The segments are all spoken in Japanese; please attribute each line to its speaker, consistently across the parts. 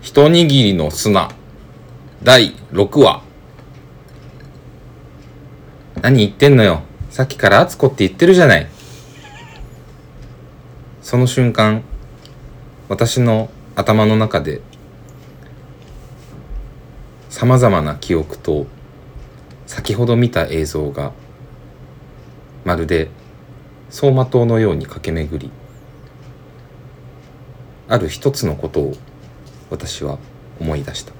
Speaker 1: 一握りの砂第6話何言ってんのよさっきから敦子って言ってるじゃないその瞬間私の頭の中でさまざまな記憶と先ほど見た映像がまるで走馬灯のように駆け巡りある一つのことを私は思い出した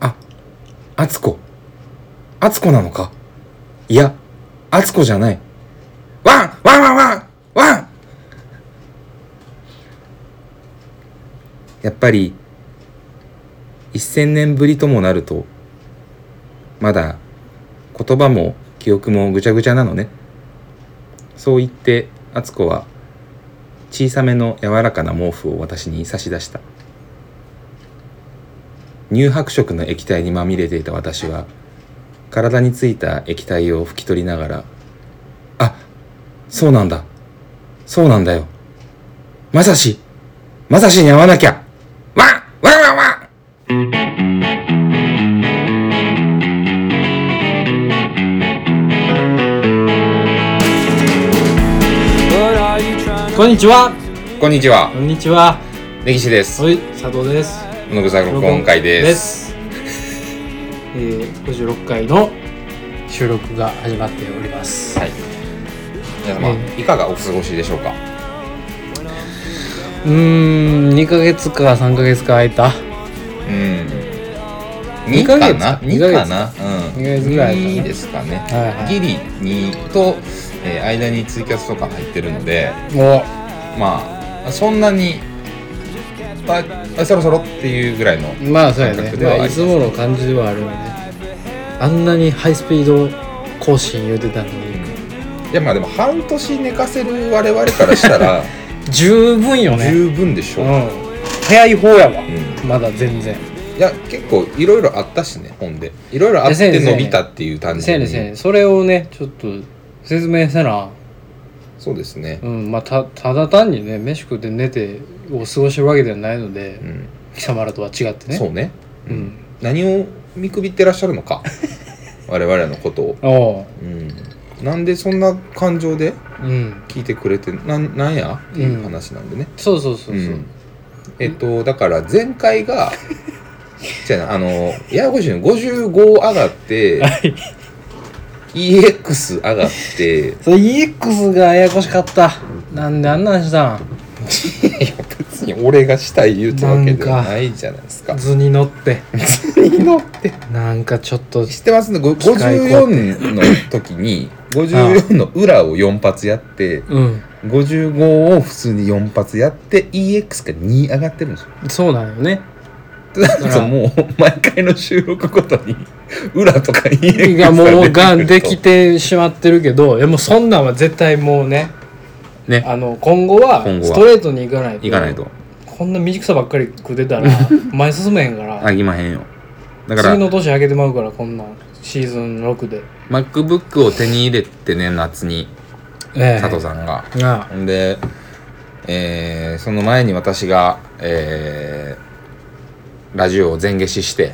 Speaker 1: あ敦子敦子なのかいや敦子じゃないワンワンワンワンワンやっぱり1000年ぶりともなるとまだ言葉も記憶もぐちゃぐちゃなのねそう言って敦子は小さめの柔らかな毛布を私に差し出した乳白色の液体にまみれていた私は体についた液体を拭き取りながら「あそうなんだそうなんだよまさしまさしに会わなきゃわんわんわんわん!」
Speaker 2: こんにちは。
Speaker 1: こんにちは
Speaker 2: こんにちは。
Speaker 1: 根岸です
Speaker 2: はい、佐藤です。
Speaker 1: 野草録音会です
Speaker 2: す。えー、56回の収録が始まっております。
Speaker 1: はい皆様、いかがお過ごしでしょうか
Speaker 2: うーん、2ヶ月か3ヶ月か空いた。
Speaker 1: うん
Speaker 2: 二
Speaker 1: 2
Speaker 2: ヶ
Speaker 1: か
Speaker 2: 月
Speaker 1: な
Speaker 2: 二
Speaker 1: 2
Speaker 2: ヶ月
Speaker 1: かなうん
Speaker 2: 二ヶ月ぐらいかな
Speaker 1: 2ですかね、
Speaker 2: はいは
Speaker 1: ギ
Speaker 2: い
Speaker 1: リ2と、えー間にツイキャスとか入ってるので
Speaker 2: も
Speaker 1: まあそんなにああそろそろっていうぐらいの
Speaker 2: う、まあそうやね
Speaker 1: 感。覚ではあり
Speaker 2: ま
Speaker 1: ま
Speaker 2: あ、い
Speaker 1: す
Speaker 2: つもの感じではあるよね。あんなにハイスピード更新言うてたのに。
Speaker 1: いやまあでも半年寝かせる我々からした ら
Speaker 2: 十分よね。
Speaker 1: 十分でしょ
Speaker 2: う
Speaker 1: う、
Speaker 2: ん。早い方やわ
Speaker 1: う。ん
Speaker 2: まだ全然。
Speaker 1: いや結構いろいろあったしね本でいろいろあっ
Speaker 2: いやせやね
Speaker 1: て
Speaker 2: んせや
Speaker 1: 伸
Speaker 2: ねん
Speaker 1: びたっていう単
Speaker 2: せや
Speaker 1: 純
Speaker 2: ね
Speaker 1: に
Speaker 2: せやねそれをね、ちょっと説明せな。
Speaker 1: そうですね
Speaker 2: うんまあ、たただ単にね飯食って寝てを過ごしてるわけではないので、
Speaker 1: うん
Speaker 2: 貴様らとは違ってね
Speaker 1: そうね
Speaker 2: う
Speaker 1: うんん何を見くびってらっしゃるの か我々のことを、
Speaker 2: お
Speaker 1: うん、
Speaker 2: う
Speaker 1: なんでそんな感情で
Speaker 2: うん
Speaker 1: 聞いてくれてなんなんやっていう話なんでね、
Speaker 2: そうそうそうそう、
Speaker 1: うんえっとだから前回 が違うなあのややこしいの55上がって
Speaker 2: はい
Speaker 1: EX 上がって
Speaker 2: それ EX がややこしかったなんであんなんした
Speaker 1: いや別に俺がしたい言うてわけではないじゃないですか
Speaker 2: ん図に乗って
Speaker 1: に乗って
Speaker 2: なんかちょっと
Speaker 1: 知ってますねご
Speaker 2: 機械工
Speaker 1: 54の時に54の裏を4発やって
Speaker 2: うん
Speaker 1: 55を普通に4発やって EX が2上がってるんですよ
Speaker 2: そうなんよね
Speaker 1: なん かもう毎回の収録ごとに裏とか EX
Speaker 2: がもうが
Speaker 1: 出
Speaker 2: んで
Speaker 1: てく
Speaker 2: き
Speaker 1: ると
Speaker 2: てしまってるけどいやもうそんなんは絶対もうね
Speaker 1: ね
Speaker 2: あの今後は
Speaker 1: 今後は
Speaker 2: ストレートに行かないと
Speaker 1: いかないと
Speaker 2: こんな短さばっかり食って たら前進めへんから
Speaker 1: あきまへんよだか
Speaker 2: 次
Speaker 1: ら
Speaker 2: の年上げてまうからこんなんシーズン6で、
Speaker 1: MacBook を手に入れてね夏に
Speaker 2: え
Speaker 1: 佐藤さんが
Speaker 2: んあ
Speaker 1: ほんで、えーその前に私が、えーラジオを全消しして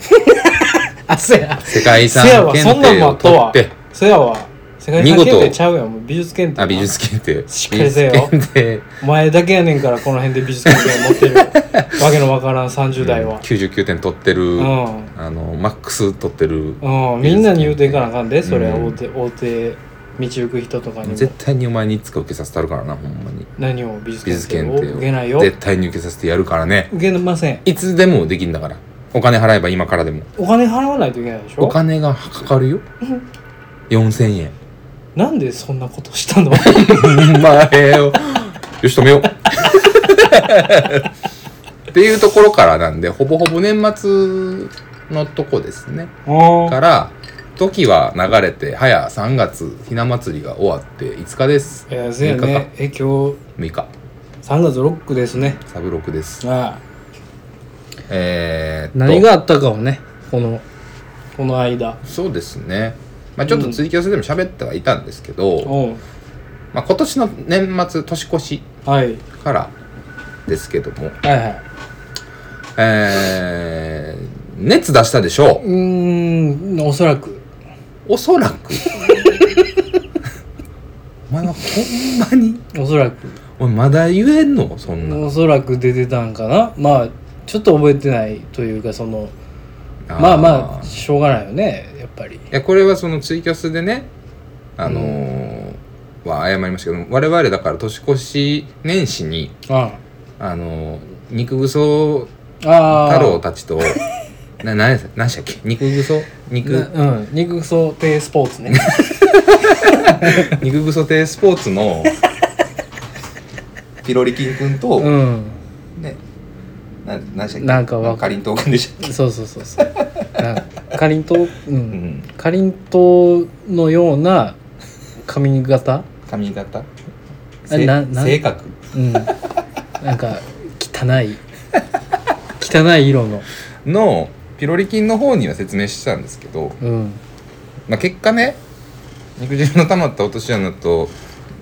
Speaker 2: あせや
Speaker 1: 世界遺産
Speaker 2: せやわ
Speaker 1: 検
Speaker 2: そんなん
Speaker 1: 定
Speaker 2: もあ
Speaker 1: を
Speaker 2: った
Speaker 1: 取
Speaker 2: わ
Speaker 1: って
Speaker 2: せやわ世界遺産
Speaker 1: 見事
Speaker 2: 検定ちゃうやんもう美術検定
Speaker 1: あ美術検定
Speaker 2: しっかりせよ
Speaker 1: 美術検定
Speaker 2: お前だけやねんからこの辺で美術検定持ってるわけのわからん30代は
Speaker 1: 99点取ってる、
Speaker 2: うん、
Speaker 1: あのマックス取ってる、
Speaker 2: うんみんなに言うていかなあかんでそれは
Speaker 1: うん
Speaker 2: 大手大手道行く人とかにも
Speaker 1: 絶対にお前にいつか受けさせたるからなほんまに
Speaker 2: 何を美術
Speaker 1: 美術
Speaker 2: 検定
Speaker 1: 検定
Speaker 2: を
Speaker 1: を
Speaker 2: 受けないよ
Speaker 1: 絶対に受けさせてやるからね
Speaker 2: 受けません
Speaker 1: いつでもできんだからお金払えば今からでも
Speaker 2: お金払わないといけないでし
Speaker 1: お
Speaker 2: ょ
Speaker 1: 金がかかるよ4000円
Speaker 2: なんでそんなことし たの
Speaker 1: お前よ。よし、止めよう。っていうところからなんで、ほぼほぼ年末のとこですね。
Speaker 2: おー
Speaker 1: から、時は流れて、早3月、ひな祭りが終わって5日です。
Speaker 2: いやせや
Speaker 1: 六日か
Speaker 2: ねえ今日
Speaker 1: 6日、
Speaker 2: 3月ロックですね
Speaker 1: サブロクです。
Speaker 2: ああ
Speaker 1: えーっと
Speaker 2: 何があったかをねこのこの間
Speaker 1: そうですね。まあちょっとツイキャスでも喋ってはいたんですけど、
Speaker 2: うん
Speaker 1: まあ今年の年末、年越し
Speaker 2: はい
Speaker 1: からですけども、
Speaker 2: はいはい
Speaker 1: えー、熱出したでしょ
Speaker 2: うーんおそらく
Speaker 1: うおそら くお前はほんまに
Speaker 2: おそらく
Speaker 1: お前まだ言えんのそんな
Speaker 2: おそらく出てたんかなまあちょっと覚えてないというかそのまあまあ
Speaker 1: い
Speaker 2: しょうがないよねやっぱり
Speaker 1: やこれはそのツイキャスでねあのーは謝りましたけど我々だから年越し年始に
Speaker 2: あ
Speaker 1: あのー肉ぐそ
Speaker 2: あああ
Speaker 1: 太郎たち とな何や何でしたっけ肉ぐそ肉
Speaker 2: なうん肉ソテスポーツね
Speaker 1: 肉ぐそ亭スポーツの ピロリ菌くんと、
Speaker 2: うん
Speaker 1: ねな何でしたっけ
Speaker 2: なんかわ
Speaker 1: かりんとうくんでしたっ
Speaker 2: そうそうそうそうなんかかりんとうう
Speaker 1: け、うんん、
Speaker 2: かりんとうのような髪型
Speaker 1: 髪型
Speaker 2: あ
Speaker 1: せ
Speaker 2: ななん
Speaker 1: 性格
Speaker 2: うんなんか汚い汚い色の
Speaker 1: のピロリ菌の方には説明してたんですけど、
Speaker 2: うん
Speaker 1: まあ、結果ね肉汁の溜まった落とし穴と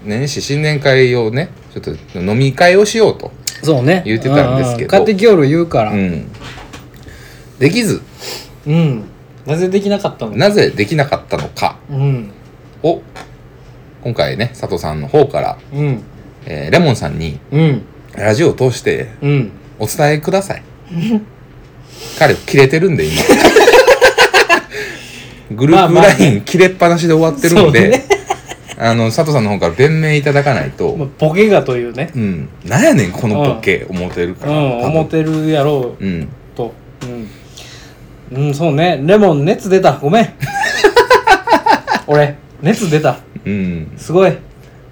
Speaker 1: 年始新年会をねちょっと飲み会をしようと、
Speaker 2: そうね
Speaker 1: 言ってたんですけど
Speaker 2: う買ってきよる言うから
Speaker 1: う、ん、できず
Speaker 2: うんなぜできなかったの
Speaker 1: なぜできなかったのか
Speaker 2: うん
Speaker 1: を今回ね佐藤さんの方から、
Speaker 2: うん
Speaker 1: えーレモンさんに
Speaker 2: うん
Speaker 1: ラジオを通して
Speaker 2: うん
Speaker 1: お伝えくだ さい彼切れてるんで今グループ
Speaker 2: まあまあ
Speaker 1: LINE 切れっぱなしで終わってるんで、
Speaker 2: そうね
Speaker 1: あの佐藤さんの方から弁明いただかないと、
Speaker 2: まあボケがというね
Speaker 1: うん、なんやねんこのボケ思ってるか
Speaker 2: う
Speaker 1: ら、
Speaker 2: ん
Speaker 1: 多分
Speaker 2: 思ってるやろ
Speaker 1: うん
Speaker 2: うとうん、うん、そうねレモン熱出たごめん 俺熱出た
Speaker 1: うん
Speaker 2: すごい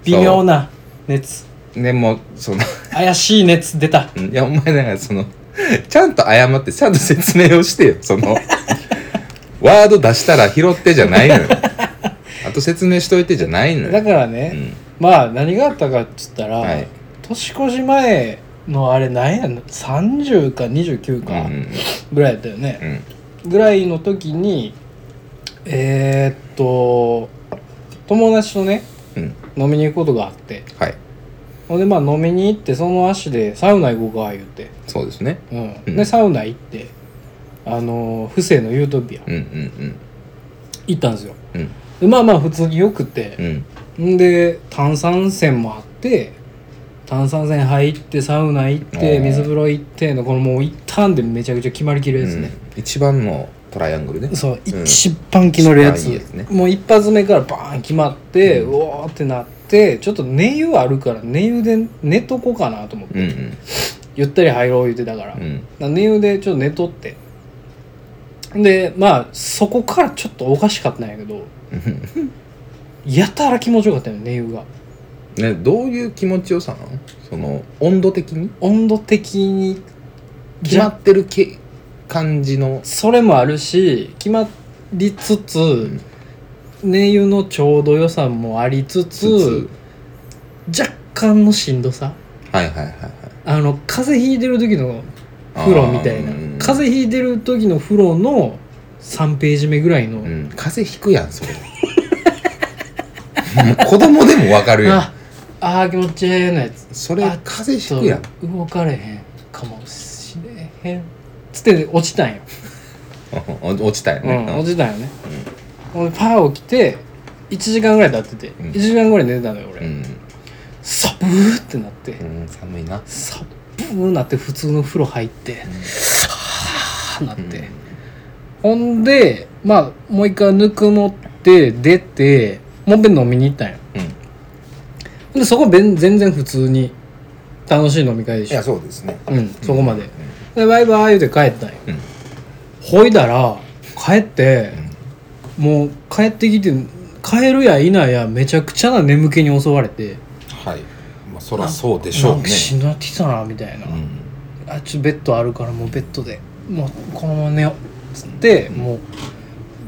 Speaker 2: 微妙な熱
Speaker 1: でもその
Speaker 2: 怪しい熱出た
Speaker 1: いやお前だからそのちゃんと謝ってちゃんと説明をしてよそ のワード出したら拾ってじゃないの よあと説明しといてじゃないのよ
Speaker 2: だから
Speaker 1: う
Speaker 2: ね、
Speaker 1: ん
Speaker 2: まあ何があったかっつったら、
Speaker 1: はい
Speaker 2: 年越し前のあれ何やの30か29
Speaker 1: うん
Speaker 2: かぐらいだったよね、
Speaker 1: うん
Speaker 2: ぐらいの時にえーっと友達とね
Speaker 1: うんうん
Speaker 2: 飲みに行くことがあって
Speaker 1: はい
Speaker 2: ほんでまあ飲みに行ってその足でサウナ行こうか言うて、
Speaker 1: そうですね
Speaker 2: うん
Speaker 1: うん
Speaker 2: でサウナ行ってあの不正のユートピア
Speaker 1: うんうん
Speaker 2: 行ったんですよ
Speaker 1: うん
Speaker 2: でまあまあ普通によくて
Speaker 1: う、ん
Speaker 2: ん、で炭酸泉もあって炭酸泉入ってサウナ行っ
Speaker 1: お
Speaker 2: て
Speaker 1: ー
Speaker 2: 水風呂行ってのこのもう一旦でめちゃくちゃ決まりきる
Speaker 1: う
Speaker 2: や
Speaker 1: ん
Speaker 2: つね、
Speaker 1: 一番のトライアングルね
Speaker 2: そう、
Speaker 1: うん
Speaker 2: 一番気のるや
Speaker 1: 一
Speaker 2: つ
Speaker 1: 番いいやつね
Speaker 2: もう一発目からバーン決まって、
Speaker 1: う
Speaker 2: うんおーってなってちょっと寝湯あるから寝湯で寝とこうかなと思って、
Speaker 1: うん
Speaker 2: ゆったり入ろう言ってたから,、
Speaker 1: うんう
Speaker 2: だか
Speaker 1: ん
Speaker 2: ら寝湯でちょっと寝とってでまあそこからちょっとおかしかったんやけどやたら気持ちよかったよね寝湯が
Speaker 1: ねどういう気持ちよさなのその温度的に
Speaker 2: 温度的に
Speaker 1: 決まってるけ感じの
Speaker 2: それもあるし決まりつつ、
Speaker 1: ん
Speaker 2: 寝湯のちょうど良さもありつつ
Speaker 1: つ
Speaker 2: 若干のしんどさ
Speaker 1: はいはいはいはい
Speaker 2: あの風邪ひいてる時の風呂みたいな
Speaker 1: あーうん
Speaker 2: 風邪ひいてる時の風呂の3ページ目ぐらい
Speaker 1: う
Speaker 2: の、
Speaker 1: ん風邪ひくやん それもう子供でもわかるやん
Speaker 2: ああー気持ちええなやつ
Speaker 1: それ
Speaker 2: あ
Speaker 1: 風邪ひくやん
Speaker 2: ちょっと動かれへんかもしれへんつって落ちたんよ、
Speaker 1: うん落ちたよ
Speaker 2: う
Speaker 1: ね
Speaker 2: ん、落ちたんよね、俺パー起きて1時間ぐらい経ってて、
Speaker 1: ん
Speaker 2: 1時間ぐらい寝てたのよ俺、
Speaker 1: うん
Speaker 2: サブーってなって、
Speaker 1: うん寒いな
Speaker 2: サブーなって普通の風呂入って、はーなって、ほんでまあもう一回ぬくもって出てもう一遍飲みに行ったんよ
Speaker 1: うんい
Speaker 2: ほんでそこ全全然普通に楽しい飲み会でしょ
Speaker 1: やそうですね
Speaker 2: うんそこまで、でバイバイ言うて帰ったんよ、
Speaker 1: うん
Speaker 2: ほいだら帰って、もう帰ってきて帰るや否やめちゃくちゃな眠気に襲われて
Speaker 1: はいまあそらそうでしょう
Speaker 2: なん
Speaker 1: ね
Speaker 2: かしんどなってきたなみたいな、
Speaker 1: うん
Speaker 2: あちょベッドあるからもうベッドでもうこのまま寝ようっつって、もう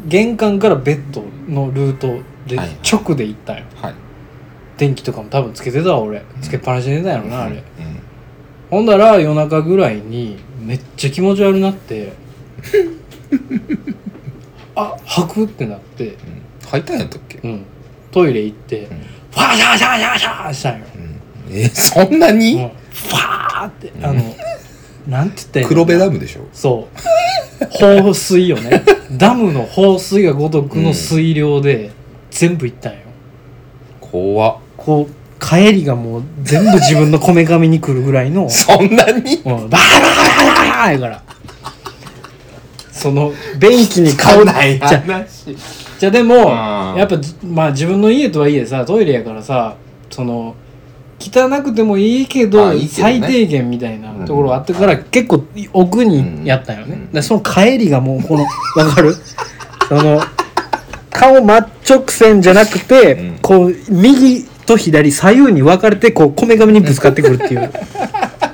Speaker 2: 玄関からベッドのルートで
Speaker 1: はいはい
Speaker 2: 直で行ったんよ、
Speaker 1: はい
Speaker 2: 電気とかも多分つけてたわ俺つけっぱなしで寝たんやろな、あ
Speaker 1: う
Speaker 2: れ
Speaker 1: ん
Speaker 2: ほんだら夜中ぐらいにめっちゃ気持ち悪なって あ吐くってなって、
Speaker 1: うん入ったんやったっけ
Speaker 2: うん、トイレ行って、
Speaker 1: ん
Speaker 2: ファーシャーシャーシャーシャーしたんよ、
Speaker 1: うんえそんな
Speaker 2: も
Speaker 1: に
Speaker 2: うファーってあの、なんて言ったらいいの
Speaker 3: 黒部ダムでしょ
Speaker 2: そう。放水よね。ダムの放水がごとくの水量で全部いったんよ。
Speaker 3: 怖っ
Speaker 2: こう、帰りがもう全部自分のこめかみに来るぐらいの、
Speaker 3: そんなに
Speaker 2: うん、バーバーバーバーやから。その、便器に顔
Speaker 3: ない
Speaker 2: じゃ
Speaker 3: 話
Speaker 2: じゃあでも、
Speaker 3: ん
Speaker 2: やっぱ、じまあ自分の家とはいえさ、トイレやからさ、その、汚くてもいいけど
Speaker 3: まあいいけどね
Speaker 2: 最低限みたいなところあったから、結構奥にやったよね、
Speaker 3: うん
Speaker 2: でその帰りがもうこのわかるその顔真っ直線じゃなくて、
Speaker 3: うん
Speaker 2: こう右と左左右に分かれてこうこめかみにぶつかってくるって いう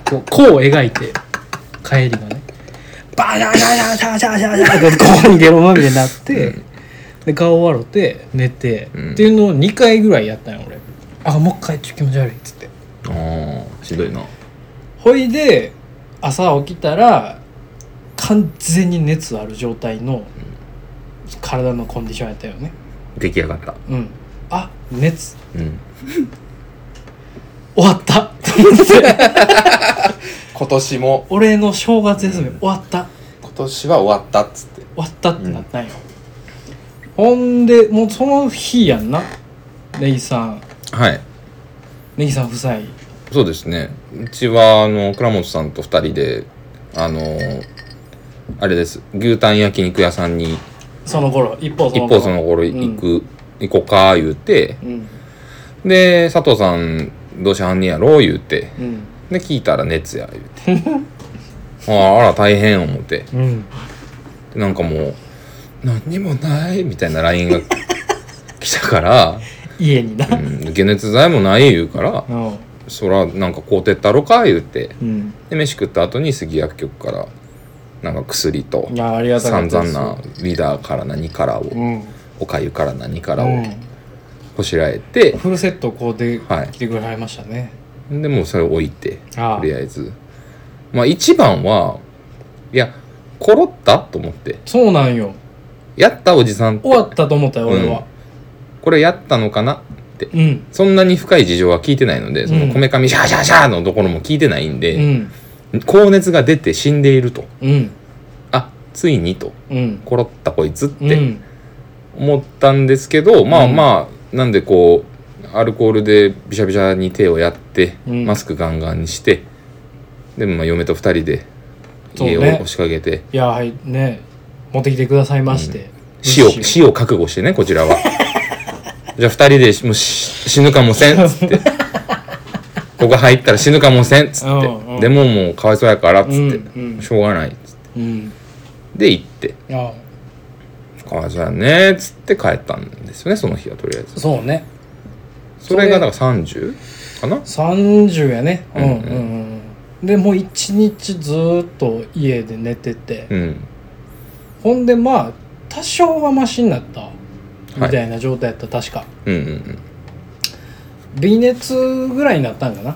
Speaker 2: こう弧を描いて帰りがねバシャーシャーシャーシャーシャーシャーシャーってここにゲロまみれになって、で顔を洗って寝て、
Speaker 3: うん
Speaker 2: っていうのを2回ぐらいやったんよ俺あもう一回ちょっと気持ち悪いっつって
Speaker 3: ああしんどいな
Speaker 2: ほいで朝起きたら完全に熱ある状態の体のコンディションやったよね
Speaker 1: 出来上がった
Speaker 2: うんあ熱
Speaker 1: うん
Speaker 2: 終わった と思って
Speaker 3: 今年も
Speaker 2: 俺の正月休み終わった
Speaker 3: 今年は終わったっつって
Speaker 2: 終わったってなったんよ、ほんでもうその日やんなネギさん
Speaker 1: はい
Speaker 2: ネギさん夫妻
Speaker 1: そうですねうちはあの倉本さんと二人であのあれです牛タン焼肉屋さんに
Speaker 2: その頃一方そ
Speaker 1: 一
Speaker 2: の
Speaker 1: 方その頃行く、行こうか言うて
Speaker 2: うん
Speaker 1: で佐藤さんどうしはんねやろ言うて
Speaker 2: うん
Speaker 1: で聞いたら熱や言う てあああら大変思って
Speaker 2: うん
Speaker 1: でなんかもう何にもないみたいな LINE が来たから
Speaker 2: 家にな
Speaker 1: 「うん、解熱剤もない」言うから
Speaker 2: うん
Speaker 1: 「そらなんか買うてったろか」言うて
Speaker 2: うん
Speaker 1: で飯食った後に杉薬局からなんか薬と
Speaker 2: いやありがたか
Speaker 1: 散
Speaker 2: った
Speaker 1: 々
Speaker 2: です
Speaker 1: なリーダーから何からを
Speaker 2: うん
Speaker 1: おかゆから何からを
Speaker 2: う
Speaker 1: こしらえて
Speaker 2: ん、フルセットこうで
Speaker 1: はい
Speaker 2: 来てくれはりましたね、
Speaker 1: でもうそれ置いて
Speaker 2: ああ
Speaker 1: とりあえずまあ一番はいやコロったと思って
Speaker 2: そうなんよ
Speaker 1: やったおじさんって
Speaker 2: 終わったと思ったよ俺は
Speaker 1: これやったのかなって
Speaker 2: うん
Speaker 1: そんなに深い事情は聞いてないのでそ
Speaker 2: うん
Speaker 1: のこめかみシャーシャーシャーのところも聞いてないん
Speaker 2: う
Speaker 1: で、
Speaker 2: ん
Speaker 1: 高熱が出て死んでいると
Speaker 2: うん
Speaker 1: あついにと
Speaker 2: うん
Speaker 1: コロったこいつっ
Speaker 2: う
Speaker 1: て
Speaker 2: ん
Speaker 1: 思ったんですけど、まあ
Speaker 2: うん
Speaker 1: まあなんでこうアルコールでびしゃびしゃに手をやって、
Speaker 2: うん
Speaker 1: マスクガンガンにしてでもまあ嫁と二人で家を
Speaker 2: そうね
Speaker 1: 押しかけて、
Speaker 2: いやはいね持ってきてくださいまして、
Speaker 1: 死を
Speaker 2: 物資
Speaker 1: 死を覚悟してねこちらは じゃあ二人でもうし死ぬかもせんっつって ここ入ったら死ぬかもせんっつって、
Speaker 2: うんうん
Speaker 1: でももうかわいそうやからっつって、
Speaker 2: うんうん
Speaker 1: しょうがないっつって
Speaker 2: うん
Speaker 1: で行って
Speaker 2: あ
Speaker 1: かわいそうやねっつって帰ったんですよねその日はとりあえず
Speaker 2: そうね
Speaker 1: それがだから30かな
Speaker 2: 30やねうんうん
Speaker 1: うん
Speaker 2: うん、うん、でもう一日ずーっと家で寝てて、
Speaker 1: うん
Speaker 2: ほんでまあ多少はマシになったみた
Speaker 1: はい
Speaker 2: な状態やった、確か
Speaker 1: うんうんうん
Speaker 2: 微熱ぐらいになったんかな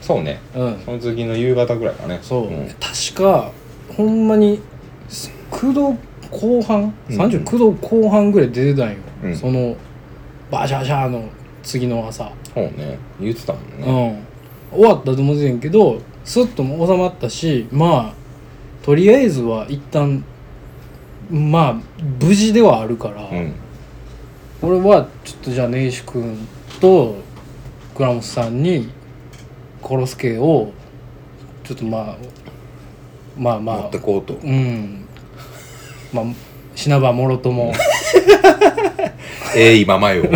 Speaker 1: そうね
Speaker 2: うん
Speaker 1: その次の夕方ぐらいかね
Speaker 2: そう、
Speaker 1: ん
Speaker 2: 確かほんまに9度後半
Speaker 1: うん
Speaker 2: 39度後半ぐらい出てたんよ、
Speaker 1: うん
Speaker 2: そのバシャシャの次の朝、
Speaker 1: そうね言ってたもん
Speaker 2: うん
Speaker 1: ね
Speaker 2: 終わったと思ってんけどスッとも収まったしまあとりあえずは一旦まあ無事ではあるから、
Speaker 1: うん
Speaker 2: 俺はちょっとじゃあ根岸君と倉本さんにコロスケをちょっとまあまあま
Speaker 3: 持
Speaker 2: あ
Speaker 3: ってこうと
Speaker 2: うんまあ品場もろ とも
Speaker 3: ええ今まよ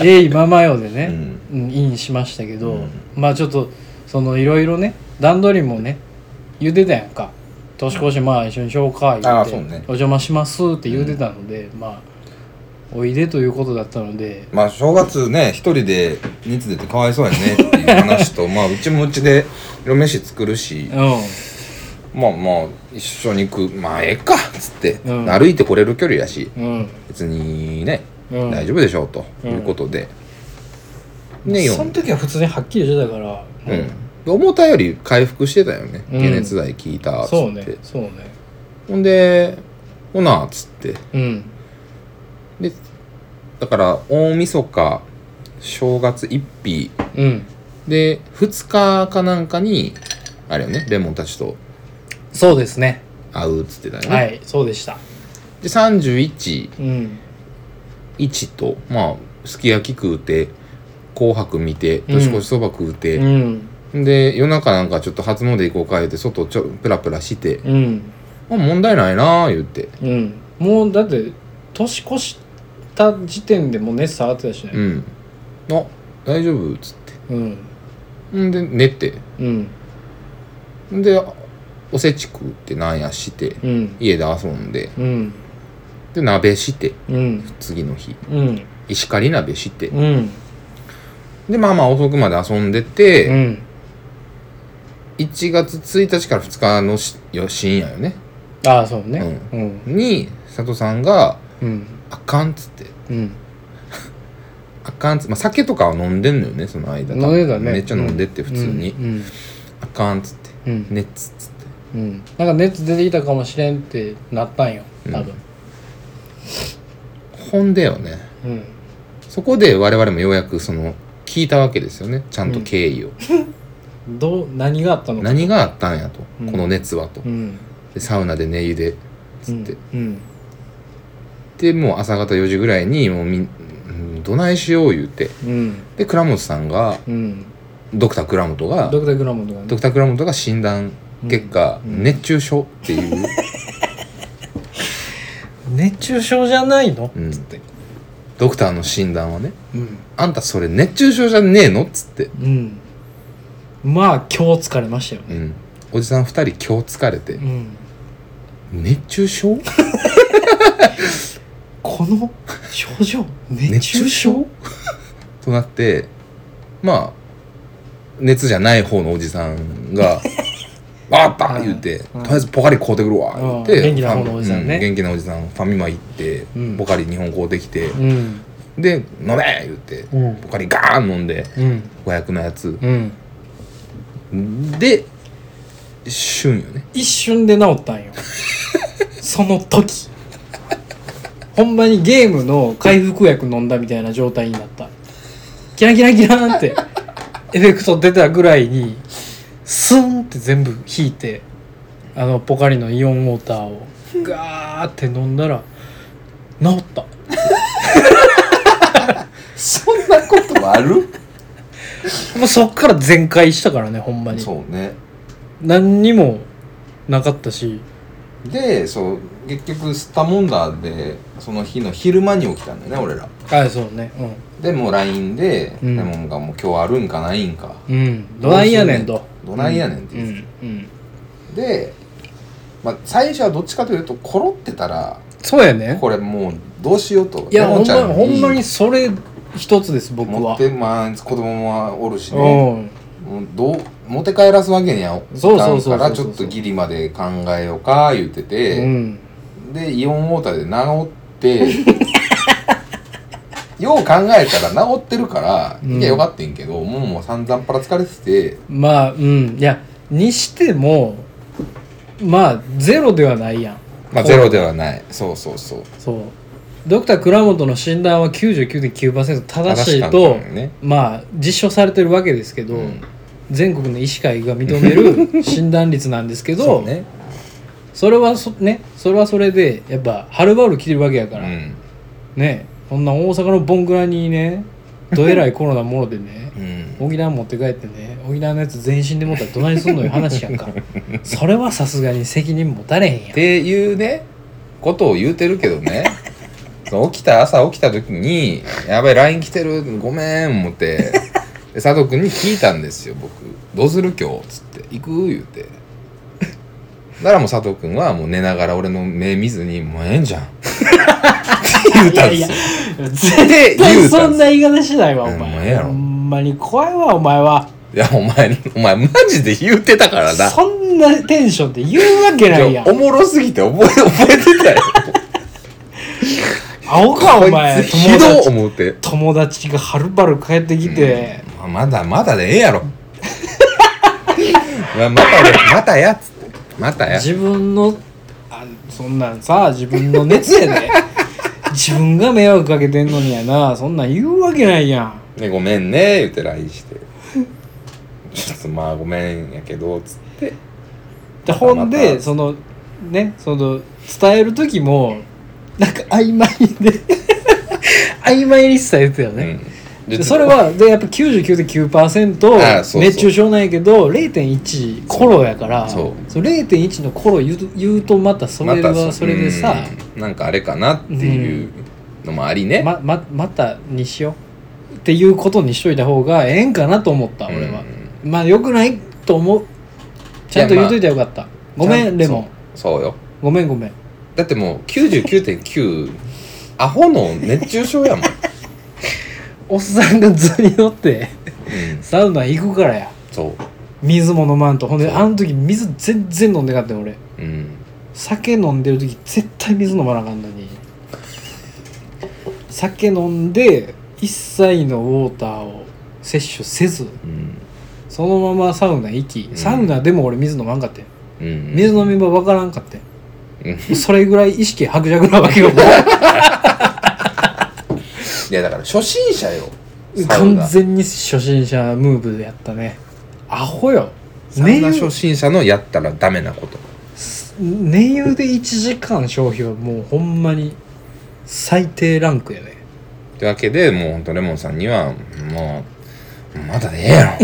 Speaker 2: えいままよで
Speaker 3: う
Speaker 2: ね、
Speaker 3: ん
Speaker 2: うん、インしましたけど、
Speaker 3: うん
Speaker 2: まあちょっとそのいろいろね段取りもね言うてたやんか年越しまあ一緒にしようか言
Speaker 3: あ
Speaker 2: っ
Speaker 3: あ
Speaker 2: て、
Speaker 3: そうね
Speaker 2: お邪魔しますって言うてたので、まあおいでということだったので
Speaker 3: まあ正月ね一人で熱出てかわいそうやねっていう話 とまあうちもうちで色飯作るし
Speaker 2: う
Speaker 3: まあまあ一緒に行くまあええかっつって、
Speaker 2: うん
Speaker 3: 歩いてこれる距離やし
Speaker 2: んうん
Speaker 3: 別にね、
Speaker 2: うん
Speaker 3: 大丈夫でしょうと
Speaker 2: うん
Speaker 3: いうことで、ねよ
Speaker 2: その時は普通にはっきりしてたから、
Speaker 1: うん、で思ったより回復してたよね
Speaker 2: うん
Speaker 1: 解熱剤効いたっつって、
Speaker 2: そうねそうね
Speaker 1: ほんでほなっつって
Speaker 2: うん
Speaker 1: でだから大晦日正月一日
Speaker 2: うん
Speaker 1: で2日かなんかにあれよねレモンたちと
Speaker 2: そうですね
Speaker 1: 会うっつってたよね、
Speaker 2: はいそうでした
Speaker 1: で311
Speaker 2: うん
Speaker 1: とまあすき焼き食うて「紅白」見て年越しそば食う
Speaker 2: う
Speaker 1: て、
Speaker 2: ん
Speaker 1: で夜中なんかちょっと初詣行こうか言うて外ちょプラプラして
Speaker 2: うん
Speaker 1: 「あ問題ないな」言って
Speaker 2: うんもうだって年越した時点でもう熱下がってた
Speaker 1: 「
Speaker 2: し
Speaker 1: う
Speaker 2: ね
Speaker 1: んあ大丈夫」っつっ
Speaker 2: うん
Speaker 1: てんで寝て
Speaker 2: うん
Speaker 1: んでおせち食うってなんやして
Speaker 2: うん
Speaker 1: 家で遊んで
Speaker 2: うん
Speaker 1: で鍋して
Speaker 2: うん
Speaker 1: 次の日
Speaker 2: うん
Speaker 1: 石狩鍋して
Speaker 2: うん
Speaker 1: でまあまあ遅くまで遊んでて、
Speaker 2: うん
Speaker 1: 1月1日から2日のしよ深夜よね
Speaker 2: ああそうねうん
Speaker 1: に佐藤さんが
Speaker 2: うん
Speaker 1: 「あかん」っつって
Speaker 2: うん
Speaker 1: 「あかん」っつって、まあ、酒とかは飲んでんのよねその間
Speaker 2: 飲んでたね
Speaker 1: めっちゃ飲んでって普通に「
Speaker 2: うん
Speaker 1: あかん」っつって「
Speaker 2: うん
Speaker 1: 熱」っつって
Speaker 2: うんなんか熱出てきたかもしれんってなったんよ多分
Speaker 1: ほんでよね
Speaker 2: うん
Speaker 1: そこで我々もようやくその聞いたわけですよねちゃんと経緯を、
Speaker 2: どう何があったのか
Speaker 1: 何があったんやと、
Speaker 2: うん
Speaker 1: この熱はと、
Speaker 2: うん
Speaker 1: でサウナで寝湯でつ
Speaker 2: う
Speaker 1: って、
Speaker 2: んうん
Speaker 1: でもう朝方4時ぐらいにもうみんうんどないしよう言うて
Speaker 2: うん
Speaker 1: で倉本さんが
Speaker 2: うん
Speaker 1: ドクター倉本が
Speaker 2: ドクターグラモンとかね
Speaker 1: ドクター倉本が診断結果、
Speaker 2: うんうん
Speaker 1: 熱中症っていう、
Speaker 2: 熱中症じゃないの
Speaker 1: うん
Speaker 2: つって
Speaker 1: ドクターの診断はね
Speaker 2: うん
Speaker 1: あんたそれ熱中症じゃねえのっつって、
Speaker 2: うんまあ今日疲れましたよね
Speaker 1: うん、おじさん2人今日疲れて、
Speaker 2: うん
Speaker 1: 熱中症
Speaker 2: この症状熱中症
Speaker 1: となってまあ熱じゃない方のおじさん が「わかった!」言うて、
Speaker 2: うん
Speaker 1: とりあえずポカリ買うてくるわ」言って、
Speaker 2: うん元気な方のおじさんね
Speaker 1: う元気なおじさんファミマ行って、
Speaker 2: うん
Speaker 1: ポカリ日本買うてきて、
Speaker 2: うん
Speaker 1: で「飲め!」言って、
Speaker 2: うん
Speaker 1: ポカリガーン飲んで
Speaker 2: うん
Speaker 1: 500のやつ
Speaker 2: うん
Speaker 1: で旬よね
Speaker 2: 一瞬で治ったんよその時ほんまにゲームの回復薬飲んだみたいな状態になったキラキラキラーンってエフェクト出たぐらいにスンって全部引いてあのポカリのイオンウォーターをガーって飲んだら治ったそんなこ
Speaker 1: ある
Speaker 2: ともうそっから全開したからねほんまに
Speaker 1: そうね
Speaker 2: 何にもなかったし
Speaker 1: でそう結局スタモンダーでその日の昼間に起きたんだよね俺ら
Speaker 2: あそうねうん
Speaker 1: でもう LINE で「
Speaker 2: うん
Speaker 1: レモンがもう今日あるんかないんか
Speaker 2: うん、どないやねんと。
Speaker 1: どないやねん」って
Speaker 2: う
Speaker 1: 言って
Speaker 2: ん、うん。
Speaker 1: たで、まあ、最初はどっちかというとコロってたら
Speaker 2: そうやね。
Speaker 1: これもうどうしようと
Speaker 2: い
Speaker 1: レ
Speaker 2: や、ほ
Speaker 1: モン
Speaker 2: ん
Speaker 1: ち
Speaker 2: ま
Speaker 1: ゃん
Speaker 2: に、ほんまにそれ一つです、僕
Speaker 1: 持
Speaker 2: は
Speaker 1: っ。てまあ子供もおるしね
Speaker 2: う
Speaker 1: もうどう持って帰らすわけには
Speaker 2: そうそうそうそうそう
Speaker 1: いかんからちょっとギリまで考えようか言ってて、
Speaker 2: ん。うん。
Speaker 1: でイオンウォーターで治って よう考えたら治ってるから、
Speaker 2: うん
Speaker 1: いやよかったんけどもうもう散々パラ疲れてて
Speaker 2: まあ、うん。いや、にしても、まあ、ゼロではないやん。
Speaker 1: まあゼロではないそうそうそう
Speaker 2: そう。ドクター倉本の診断は99.9%正し
Speaker 1: か
Speaker 2: い
Speaker 1: ったの
Speaker 2: と
Speaker 1: よ、ね
Speaker 2: まあ、実証されてるわけですけど、
Speaker 1: うん
Speaker 2: 全国の医師会が認め る診断率なんですけ
Speaker 1: そ
Speaker 2: ど、
Speaker 1: うね
Speaker 2: それはそ、ね、それはそれで、やっぱ、はるばる来てるわけや
Speaker 1: う
Speaker 2: から、
Speaker 1: ん
Speaker 2: ねこんな大阪のボンクラにねどえらいコロナもろ でね
Speaker 1: うん
Speaker 2: 沖縄持って帰ってね沖縄のやつ全身で持ったらどないすんのいう話やんかそれはさすがに責任持たれへん
Speaker 1: っ
Speaker 2: やん
Speaker 1: ていうねことを言うてるけどねそう起きた朝起きた時に「やばい LINE 来てるごめん」思ってで佐藤君に聞いたんですよ僕「どうする今日」っつって「行く?」言うてだからもう佐藤君はもう寝ながら俺の目見ずに「もうええんじゃん」って言うたんですよ
Speaker 2: いやい絶対そんな言い方しないわお
Speaker 1: うんもうええ
Speaker 2: 前
Speaker 1: やろ
Speaker 2: ほんまに怖いわお前はい
Speaker 1: やお前お前マジで言うてたからな
Speaker 2: そんなテンションって言うわけないやん
Speaker 1: おもろすぎて覚え覚えてたよ
Speaker 2: 青かお前
Speaker 1: こいつひどっ
Speaker 2: 友達
Speaker 1: 思うて
Speaker 2: 友達がはるばる帰ってきて、
Speaker 1: まあまだまだでええ やろまあまたでまたやっつってまたや
Speaker 2: 自分のあそんなんさ自分の熱や で自分が迷惑かけてんのにやなそんなん言うわけないやん
Speaker 1: ね、ごめんね言うて LINE してちょっとまあごめんやけどつって
Speaker 2: でほんでそのねその伝える時もなんか曖昧で 曖昧に伝えてたよ
Speaker 1: う
Speaker 2: ね、
Speaker 1: ん
Speaker 2: でそれはでやっぱ
Speaker 1: ああそうそ
Speaker 2: 99.9%
Speaker 1: う
Speaker 2: 熱中症なんやけど0.1頃やから
Speaker 1: そう
Speaker 2: の0.1の頃言うと言うとまたそれ
Speaker 1: また
Speaker 2: はそれでさ、
Speaker 1: うんなんかあれかなっていうのもありね、
Speaker 2: まままたにしようっていうことにしといた方がええんかなと思った
Speaker 1: うん
Speaker 2: 俺は、まあよくないと思うちゃんと言うといたらよかった、ごめんレモン
Speaker 1: そうそうよ
Speaker 2: ごめんごめん
Speaker 1: だってもう99.9アホの熱中症やもん、
Speaker 2: おっさんが図に乗 って
Speaker 1: うん、
Speaker 2: サウナ行くからや
Speaker 1: そ
Speaker 2: 水も飲まんとほんで
Speaker 1: そう
Speaker 2: あの時水全然飲んでなかったよ俺
Speaker 1: う、うん、
Speaker 2: 酒飲んでる時絶対水飲まなあかんのに酒飲んで一切のウォーターを摂取せず
Speaker 1: うん
Speaker 2: そのままサウナ行き
Speaker 1: ん
Speaker 2: サウナでも俺水飲まんかってん
Speaker 1: うん
Speaker 2: 水飲み場分からんかって
Speaker 1: うん
Speaker 2: んそれぐらい意識薄弱なわけよ
Speaker 1: いやだから初心者よ サウ
Speaker 2: 完
Speaker 1: ナ
Speaker 2: 全に初心者ムーブでやったねアホよ
Speaker 1: サウナ初心者のやったらダメなこと
Speaker 2: 燃油で1時間消費はもうほんまに最低ランクやね
Speaker 1: というわけでもうほんとレモンさんにはもうまだでええやろっ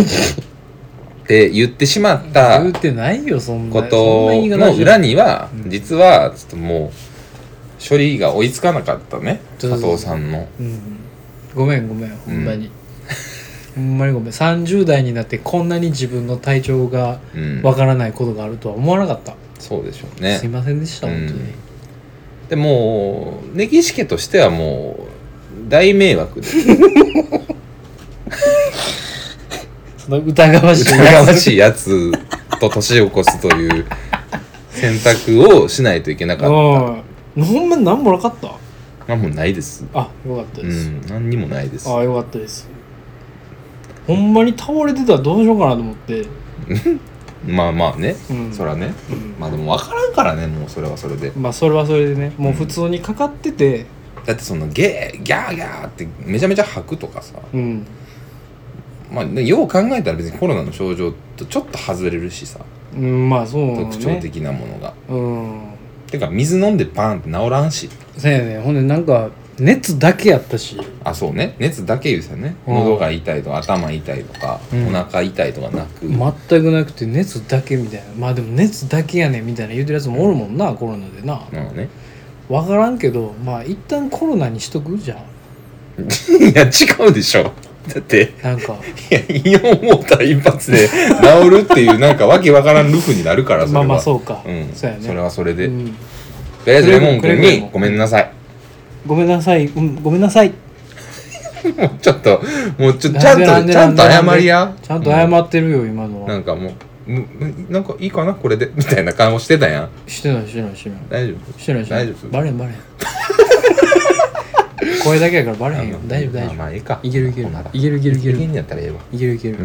Speaker 1: て言ってしまった
Speaker 2: 言うてないよそんな
Speaker 1: ことの裏
Speaker 2: に
Speaker 1: には
Speaker 2: うん
Speaker 1: 実はちょっともう処理が追いつかなかったね
Speaker 2: そう
Speaker 1: 佐
Speaker 2: そう
Speaker 1: 藤さんの
Speaker 2: うんごめんごめんほんまに、ほんまにごめん30代になってこんなに自分の体調が
Speaker 1: うん
Speaker 2: わからないことがあるとは思わなかった、
Speaker 1: そうでしょう
Speaker 2: す
Speaker 1: ね
Speaker 2: いませんでした、
Speaker 1: うん
Speaker 2: 本当に
Speaker 1: でもう根岸家としてはもう大迷惑で
Speaker 2: その疑 わしい
Speaker 1: 疑わしいやつと年を越すという選択をしないといけなかっ
Speaker 2: うんほんまに何もなかった
Speaker 1: た何もないです
Speaker 2: あよかった
Speaker 1: う
Speaker 2: です、
Speaker 1: ん何にもないです
Speaker 2: あよかったですほんまに倒れてたらどうしようかなと思って
Speaker 1: まあまあね
Speaker 2: うん
Speaker 1: そらね
Speaker 2: うん
Speaker 1: まあでも分からんからねもうそれはそれで
Speaker 2: まあそれはそれでねもう普通にかかってて
Speaker 1: だってそのゲーギャーギャーってめちゃめちゃ吐くとかさ
Speaker 2: うん
Speaker 1: まあ、ね、よう考えたら別にコロナの症状とちょっと外れるしさ、
Speaker 2: うんまあそうね
Speaker 1: 特徴的なものが
Speaker 2: うん
Speaker 1: てか水飲んでバーンって治らんし
Speaker 2: そうやねほんでなんか熱だけやったし
Speaker 1: あそうね熱だけ言うさね
Speaker 2: うん
Speaker 1: 喉が痛いとか頭痛いとか、
Speaker 2: うん
Speaker 1: お腹痛いとかなく、
Speaker 2: 全くなくて熱だけみたいなまあでも熱だけやねんみたいな言うてるやつもおるもんな、コロナでな
Speaker 1: なのね
Speaker 2: 分からんけどまあ一旦コロナにしとくじゃん
Speaker 1: いや違うでしょだって
Speaker 2: なんか
Speaker 1: いやイオンウォーター一発で治るっていうなんかわけわからんルフになるからそれ
Speaker 2: まあ
Speaker 1: は
Speaker 2: まあそうか、
Speaker 1: ん
Speaker 2: そうやね
Speaker 1: それはそれで、
Speaker 2: うん
Speaker 1: とりあえずレモン
Speaker 2: くれ
Speaker 1: 君
Speaker 2: ぐれも
Speaker 1: にごめんなさい
Speaker 2: ごめんなさい、うん、ごめんなさい
Speaker 1: もうちょっともうちょちゃ
Speaker 2: なんでなん
Speaker 1: と
Speaker 2: で
Speaker 1: ちゃんと
Speaker 2: なんで
Speaker 1: 謝りや
Speaker 2: ちゃんと謝ってるよ、今の
Speaker 1: な
Speaker 2: は
Speaker 1: んかもう、むむなんかいいかなこれで みたいな顔してたやん。
Speaker 2: してないしてないしてない
Speaker 1: 大丈
Speaker 2: してないしてない
Speaker 1: 大丈夫
Speaker 2: バレんバレ ん声だけやからバレ
Speaker 1: 夫。
Speaker 2: へんよ大丈夫大
Speaker 1: まあ
Speaker 2: 丈
Speaker 1: まあええか。
Speaker 2: 夫いけるいける
Speaker 1: こんなら
Speaker 2: いけるいけるいける
Speaker 1: いけんやったらええわ。
Speaker 2: いけるいける、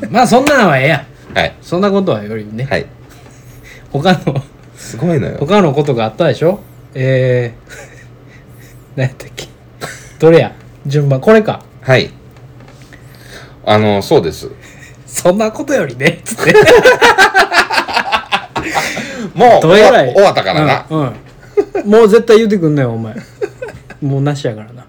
Speaker 2: うんまあそんなのはええやん
Speaker 1: はい
Speaker 2: そんなことはよりね、
Speaker 1: はい。
Speaker 2: 他の
Speaker 1: すごいのよ。
Speaker 2: 他のことがあったでしょえー、 何やったっけどれや順番これか
Speaker 1: はい。あのそうです。
Speaker 2: そんなことよりねつって
Speaker 1: もう
Speaker 2: どえらい
Speaker 1: 終わったからな。
Speaker 2: うん、うんもう絶対言うてくんなよお前もうなしやからな